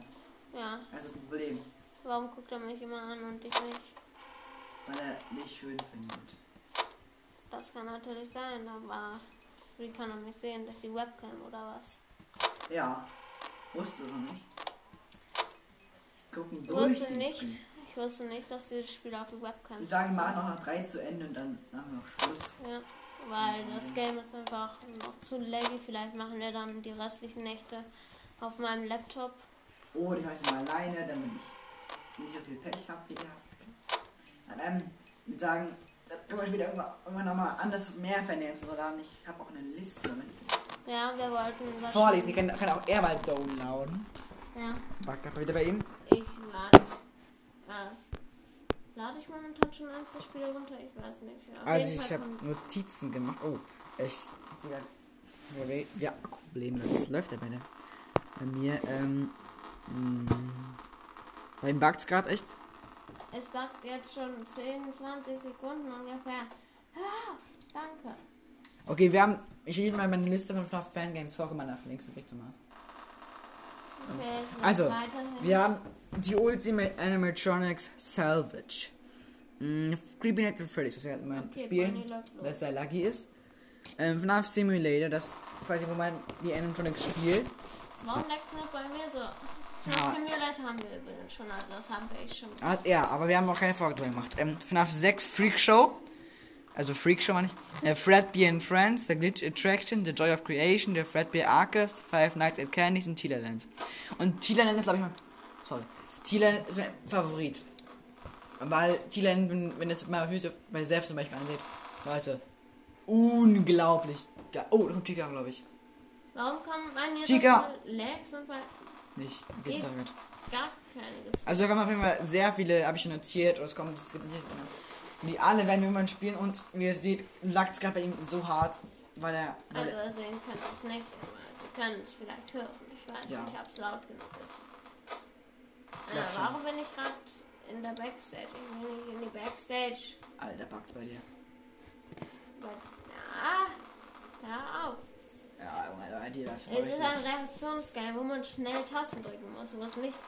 S2: Ja,
S1: Also das ist ein Problem.
S2: warum guckt er mich immer an und dich nicht?
S4: weil er mich schön findet.
S2: Das kann natürlich sein, aber wie kann er mich sehen durch die Webcam oder was?
S4: Ja, wusste er nicht. Die Gucken
S2: Ich
S4: durch
S2: wusste
S4: den
S2: nicht,
S4: Screen.
S2: ich wusste nicht, dass dieses Spiel auf die Webcam
S4: Die sagen, machen noch nach 3 zu Ende und dann haben wir auch Schluss.
S2: Ja, weil das Game ist einfach noch zu laggy. Vielleicht machen wir dann die restlichen Nächte auf meinem Laptop.
S4: Oh, ich weiß mal alleine, damit ich nicht so viel Pech habe wie ihr. An einem mit sagen, das können wir später irgendwann, irgendwann nochmal anders mehr vernehmen, sondern ich habe auch eine Liste damit.
S2: Ja, wir wollten was.
S4: Vorlesen, die kann, kann auch er mal downloaden.
S2: Ja,
S4: Back ab wieder bei ihm.
S2: ich lade. Äh, lade ich momentan schon eins der Spiele runter? Ich weiß nicht. Auf
S1: Also
S2: jeden
S1: ich
S2: Fall
S1: habe
S2: kommt-
S1: Notizen gemacht. Oh, echt.
S4: Digga,
S1: Ja, we- Ja, Problem, das läuft ja bei, der, bei mir. Ähm, mh, beim bugt's gerade echt.
S2: Es backt jetzt schon 10, 20 Sekunden ungefähr. Hör auf, danke.
S4: Okay, wir haben. Ich lese mal meine Liste von FNAF Fangames vor, um mal nach links und rechts zu machen.
S2: Okay, ich mach
S1: Also,
S2: weiterhin.
S1: Wir haben die Ultimate Animatronics Salvage. Mm, Creepy Night at Freddy's, was wir gerade mal
S2: Okay, Bonnie
S1: spielen,
S2: läuft los.
S1: dass er lucky ist. Ähm, FNAF Simulator, das quasi, wo man die Animatronics spielt.
S2: Warum leckt es nicht bei mir so?
S1: Ja.
S2: Tut mir leid, haben wir übrigens schon, also das haben wir schon.
S1: Hat er, aber wir haben auch keine Folge drüber gemacht. Ähm, FNAF 6 Freak Show. Also Freak Show meine ich. Äh, Fredbear and Friends, The Glitch Attraction, The Joy of Creation, The Fredbear Arcus, Five Nights at Candy's und Tila Land. Und Tila Land ist, glaube ich, mein. Sorry. Tila Land ist mein Favorit. Weil Tila Land, wenn, wenn ihr jetzt mal auf YouTube bei Seth zum Beispiel anseht, Leute, unglaublich. Ja, oh, da kommt Chica, glaube ich.
S2: Warum kommen bei mir
S1: Chica.
S2: so viele Lags und bei
S1: Nicht. Gezackert.
S2: gar keine Gefühle?
S1: Also da kommen auf jeden Fall sehr viele, habe ich schon notiert, oder es kommen, es gibt nicht genau. Und Die alle werden wir irgendwann spielen und wie ihr seht, laggt es gerade bei ihm so hart, weil er, weil er
S2: Also sehen könnt ihr es nicht, aber ihr könnt es vielleicht hören. Ich weiß
S1: Ja.
S2: nicht, ob es laut genug ist.
S1: glaub
S2: Äh,
S1: schon.
S2: warum bin ich gerade in der Backstage? Ich bin nicht in die Backstage.
S1: Alter packt bei dir.
S2: Weil- Ja, hör auf.
S1: Ja, Junge, bei dir läuft's aber
S2: Es ist ein
S1: richtig.
S2: Reaktionsgame, wo man schnell Tasten drücken muss, was nicht.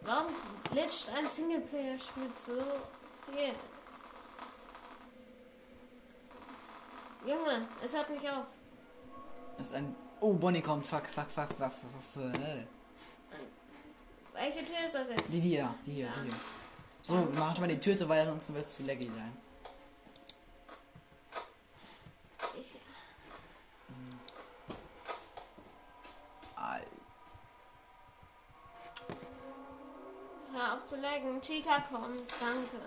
S2: Warum glitscht ein Singleplayer-Spiel so viel? Junge, es hört nicht auf.
S1: Das ist ein. Oh, Bonnie kommt, fuck, fuck, fuck, fuck, fuck, fuck, fuck. äh.
S2: Welche Tür ist das jetzt?
S1: Die die da, die hier,
S2: Ja.
S1: die hier. So, mach doch mal die Tür zu, weil sonst wird es zu laggy sein.
S2: Ich,
S1: Al-
S2: hör auf zu laggen. Chica kommt, danke.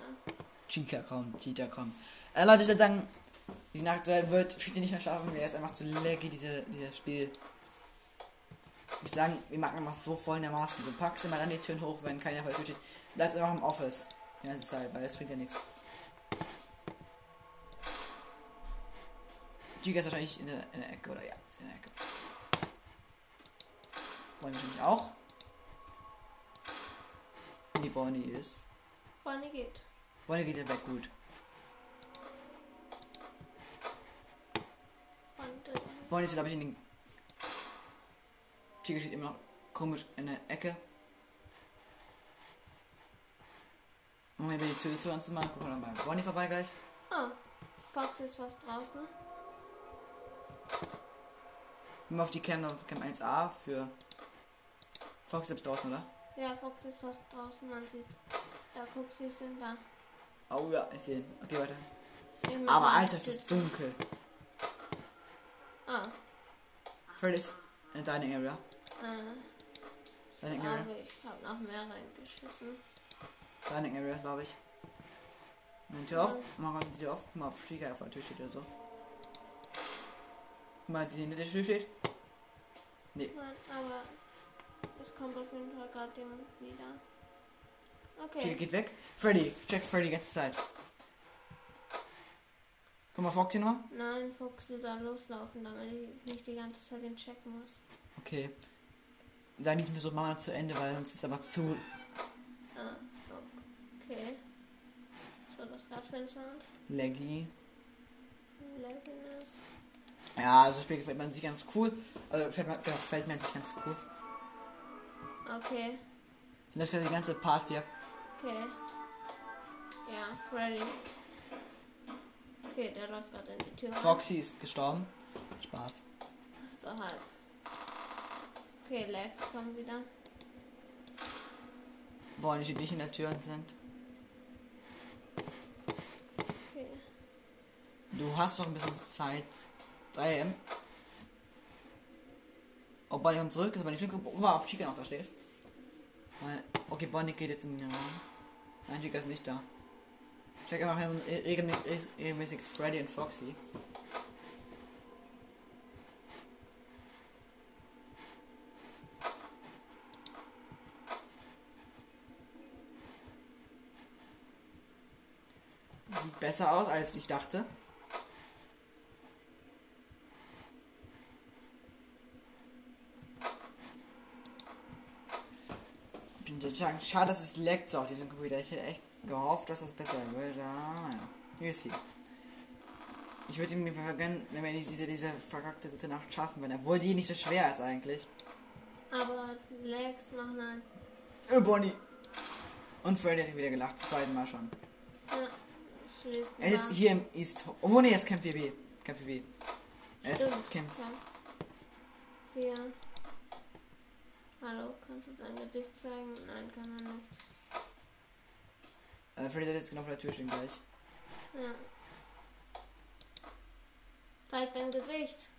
S1: Chica kommt, Chica kommt. Äh, Leute, ich würde sagen, die Nacht wird viele nicht mehr schlafen, mir ist einfach zu laggy, diese, dieses Spiel. Ich würde sagen, wir machen einfach so vollendermaßen. Du packst immer dann die Türen hoch, wenn keiner vor der Tür steht. Bleibst einfach im Office. Die ganze Zeit, weil das bringt ja nichts. Chica ist wahrscheinlich in der, in der Ecke, oder? Ja, ist in der Ecke. Bonnie wahrscheinlich auch. Die Bonnie ist.
S2: Bonnie geht.
S1: Bonnie geht ja weg, gut.
S2: Bonnie dreht.
S1: Bonnie ist, glaube ich, in den. Tiger steht immer noch komisch in der Ecke. Machen wir die Tür zu uns zu machen. Gucken wir noch mal. Bonnie vorbei gleich.
S2: Oh, Fox ist fast draußen.
S1: Immer auf die Cam, auf Cam 1a für. Fox selbst draußen, oder?
S2: Ja, Fox ist fast draußen, man sieht. Da guckt sie sind da.
S1: Oh ja, ich sehe ihn. Okay, weiter.
S2: Ich mach
S1: Aber
S2: mal
S1: Alter, es
S2: die
S1: ist
S2: Tür zu.
S1: dunkel.
S2: Ah,
S1: Fred ist in deiner Area.
S2: äh.
S1: Deine Area.
S2: Aber ich habe noch mehr reingeschissen.
S1: Dining Area, glaube ich. Nimm die Tür auf. Mach mal die Tür auf. Guck mal, ob Flieger vor der Tür steht oder so. Guck mal, die hinter der Tür steht.
S2: Nein, aber es kommt auf jeden Fall gerade jemand wieder.
S1: Tür
S2: Okay.
S1: geht weg. Freddy, check Freddy die ganze Zeit. Guck mal, Foxy nochmal.
S2: Nein, Fuchs du soll loslaufen, damit ich nicht die ganze Zeit den checken muss.
S1: Okay. Da nicht mehr so mal zu Ende, weil sonst ist es einfach zu.
S2: Ah, okay. Was war das gerade für ein Sound?
S1: laggy.
S2: Laziness.
S1: Ja, also das Spiel gefällt man sich ganz cool. Also gefällt man, gefällt man sich ganz cool.
S2: Okay,
S1: Und das gerade die ganze Party ab.
S2: okay. Ja, Freddy. Okay, der läuft gerade in die Tür. rein.
S1: Foxy ist gestorben. Spaß.
S2: So halb. Okay, Lex, komm wieder.
S1: Boah, die steht nicht in der Tür und sind.
S2: Okay.
S1: Du hast noch ein bisschen Zeit. 3 am. Ob Bonnie kommt zurück, ist aber nicht schlimm. Guck mal, ob Chica noch da steht. Weil- Okay, Bonnie geht jetzt in den Raum. Nein, Chica ist nicht da. Check einfach hin- regelmäßig, regelmäßig Freddy und Foxy. Sieht besser aus, als ich dachte. Ich bin sehr schade- Schade, dass es leckt so auf diesem Computer. Ich hätte echt gehofft, dass das besser wird. Ah, naja. Hier ist sie. Ich würde ihm vergönnen, wenn wir diese, diese verkackte gute Nacht schaffen würden. Obwohl die nicht so schwer ist eigentlich.
S2: Aber Lex macht halt.
S1: Äh, Bonnie. Und Freddy hat wieder gelacht. Zum zweiten Mal schon.
S2: Ja, schließt
S1: Er sitzt
S2: wieder.
S1: hier im East Hall. Obwohl, nee, er ist Camp 4B. Camp 4B. Er ist
S2: Stimmt,
S1: Camp
S2: klar. Vier. Hallo, kannst du dein Gesicht zeigen? Nein, kann er nicht.
S1: Äh, Freddy wird jetzt genau vor der Tür stehen gleich.
S2: Ja. Zeig dein Gesicht.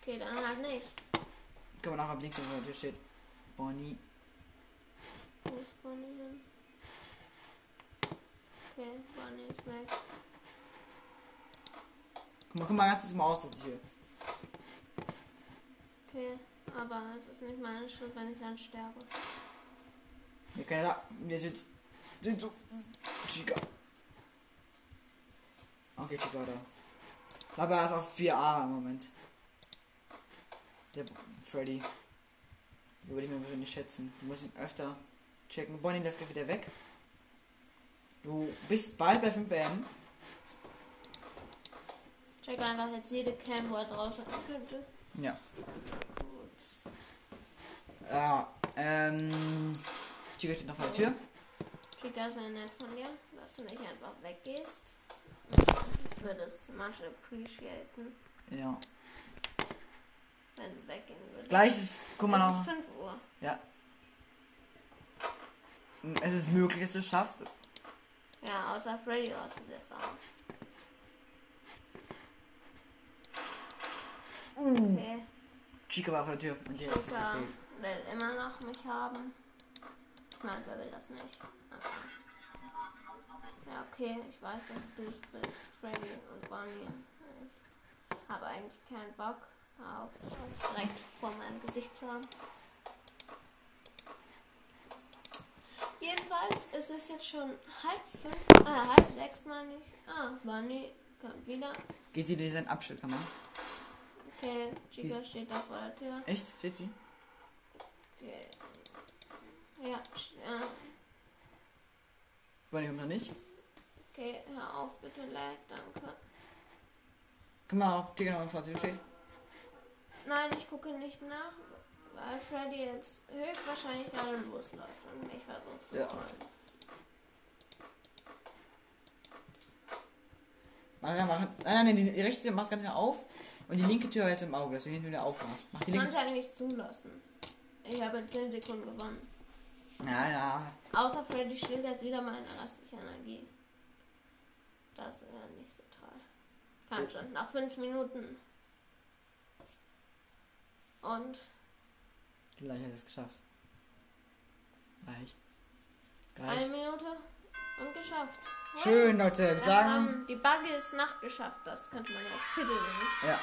S2: Okay, dann halt nicht.
S1: Können wir nachher links vor der Tür steht. Bonnie.
S2: Wo ist Bonnie hin? Okay, Bonnie ist weg.
S1: Guck mal, guck mal ganz kurz mal aus, das Tür.
S2: Okay, aber es ist nicht meine Schuld, wenn ich dann sterbe.
S1: Wir können da. Wir sind. Sind so. Chica. Okay, Chica war da. Ich glaube, er ist auf 4a im Moment. Der Freddy. Würde ich mir persönlich schätzen. Du musst ihn öfter checken. Bonnie läuft gleich wieder weg. Du bist bald bei 5 am.
S2: Check einfach jetzt jede Cam, wo er draußen sein könnte.
S1: Ja.
S2: Gut.
S1: Ja. Ähm. Chica steht noch vor der Tür.
S2: Chica, sehr nett von dir, dass du nicht einfach weggehst. Ich würde es much appreciaten,
S1: Ja.
S2: wenn du weggehen würdest.
S1: Gleich ist. Guck mal
S2: Es
S1: noch.
S2: ist 5 Uhr.
S1: Es ist möglich, dass du es schaffst.
S2: Ja, außer Freddy rastet jetzt aus.
S1: Mm.
S2: Okay,
S1: Chica war vor der Tür. Und jetzt.
S2: Chica
S1: Okay.
S2: will immer noch mich haben. Nein, wer will das nicht? Okay. Ja, okay, ich weiß, dass du es bist, Freddy und Bonnie. Ich habe eigentlich keinen Bock auf euch direkt vor meinem Gesicht zu haben. Jedenfalls ist es jetzt schon halb fünf, äh, halb sechs meine ich. Ah, Bonnie kommt wieder.
S1: Geht sie dir seinen Abschnitt machen?
S2: Okay, Chica
S1: Dies-
S2: steht da vor der Tür.
S1: Echt? Steht sie?
S2: Okay. Ja, sch- ja,
S1: Wollen die noch nicht?
S2: okay, hör auf bitte, Leck, danke.
S1: Guck mal, ob Digga noch vor der Tür steht.
S2: Nein, ich gucke nicht nach, weil Freddy jetzt höchstwahrscheinlich gerade losläuft und mich versucht zu
S1: Ja.
S2: holen.
S1: Mach einfach. Nein, nein, nein, die rechte Tür machst ganz mehr auf. Und die linke Tür jetzt im Auge, dass du die nicht wieder aufmachst. Mach die
S2: Ich kann
S1: linke.
S2: es ja nicht halt zulassen. Ich habe 10 Sekunden gewonnen.
S1: Ja, ja.
S2: Außer Freddy steht jetzt wieder meine restliche Energie. Das wäre nicht so toll. Kann schon, nach 5 Minuten. Und
S1: Gleich hat es geschafft. Gleich.
S2: eine
S1: Gleich.
S2: Minute und geschafft. Wow.
S1: Schön, Leute. Ich würde
S2: Wir
S1: sagen.
S2: haben die Bagge ist Nacht geschafft, das könnte man als Titel nehmen.
S1: Ja.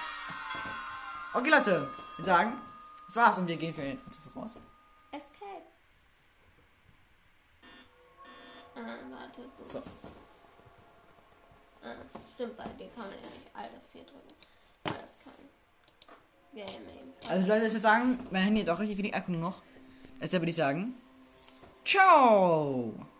S1: Okay, Leute. Ich würde sagen, das war's und wir gehen für den Abschluss raus.
S2: Escape. Ah, warte. du-
S1: So.
S2: Ah, stimmt, bei dir kann man ja nicht alle vier drücken. Aber das kann. Gaming.
S1: Also, Leute, ich würde sagen, mein Handy hat auch richtig wenig Akku noch. Deshalb würde ich sagen. Ciao!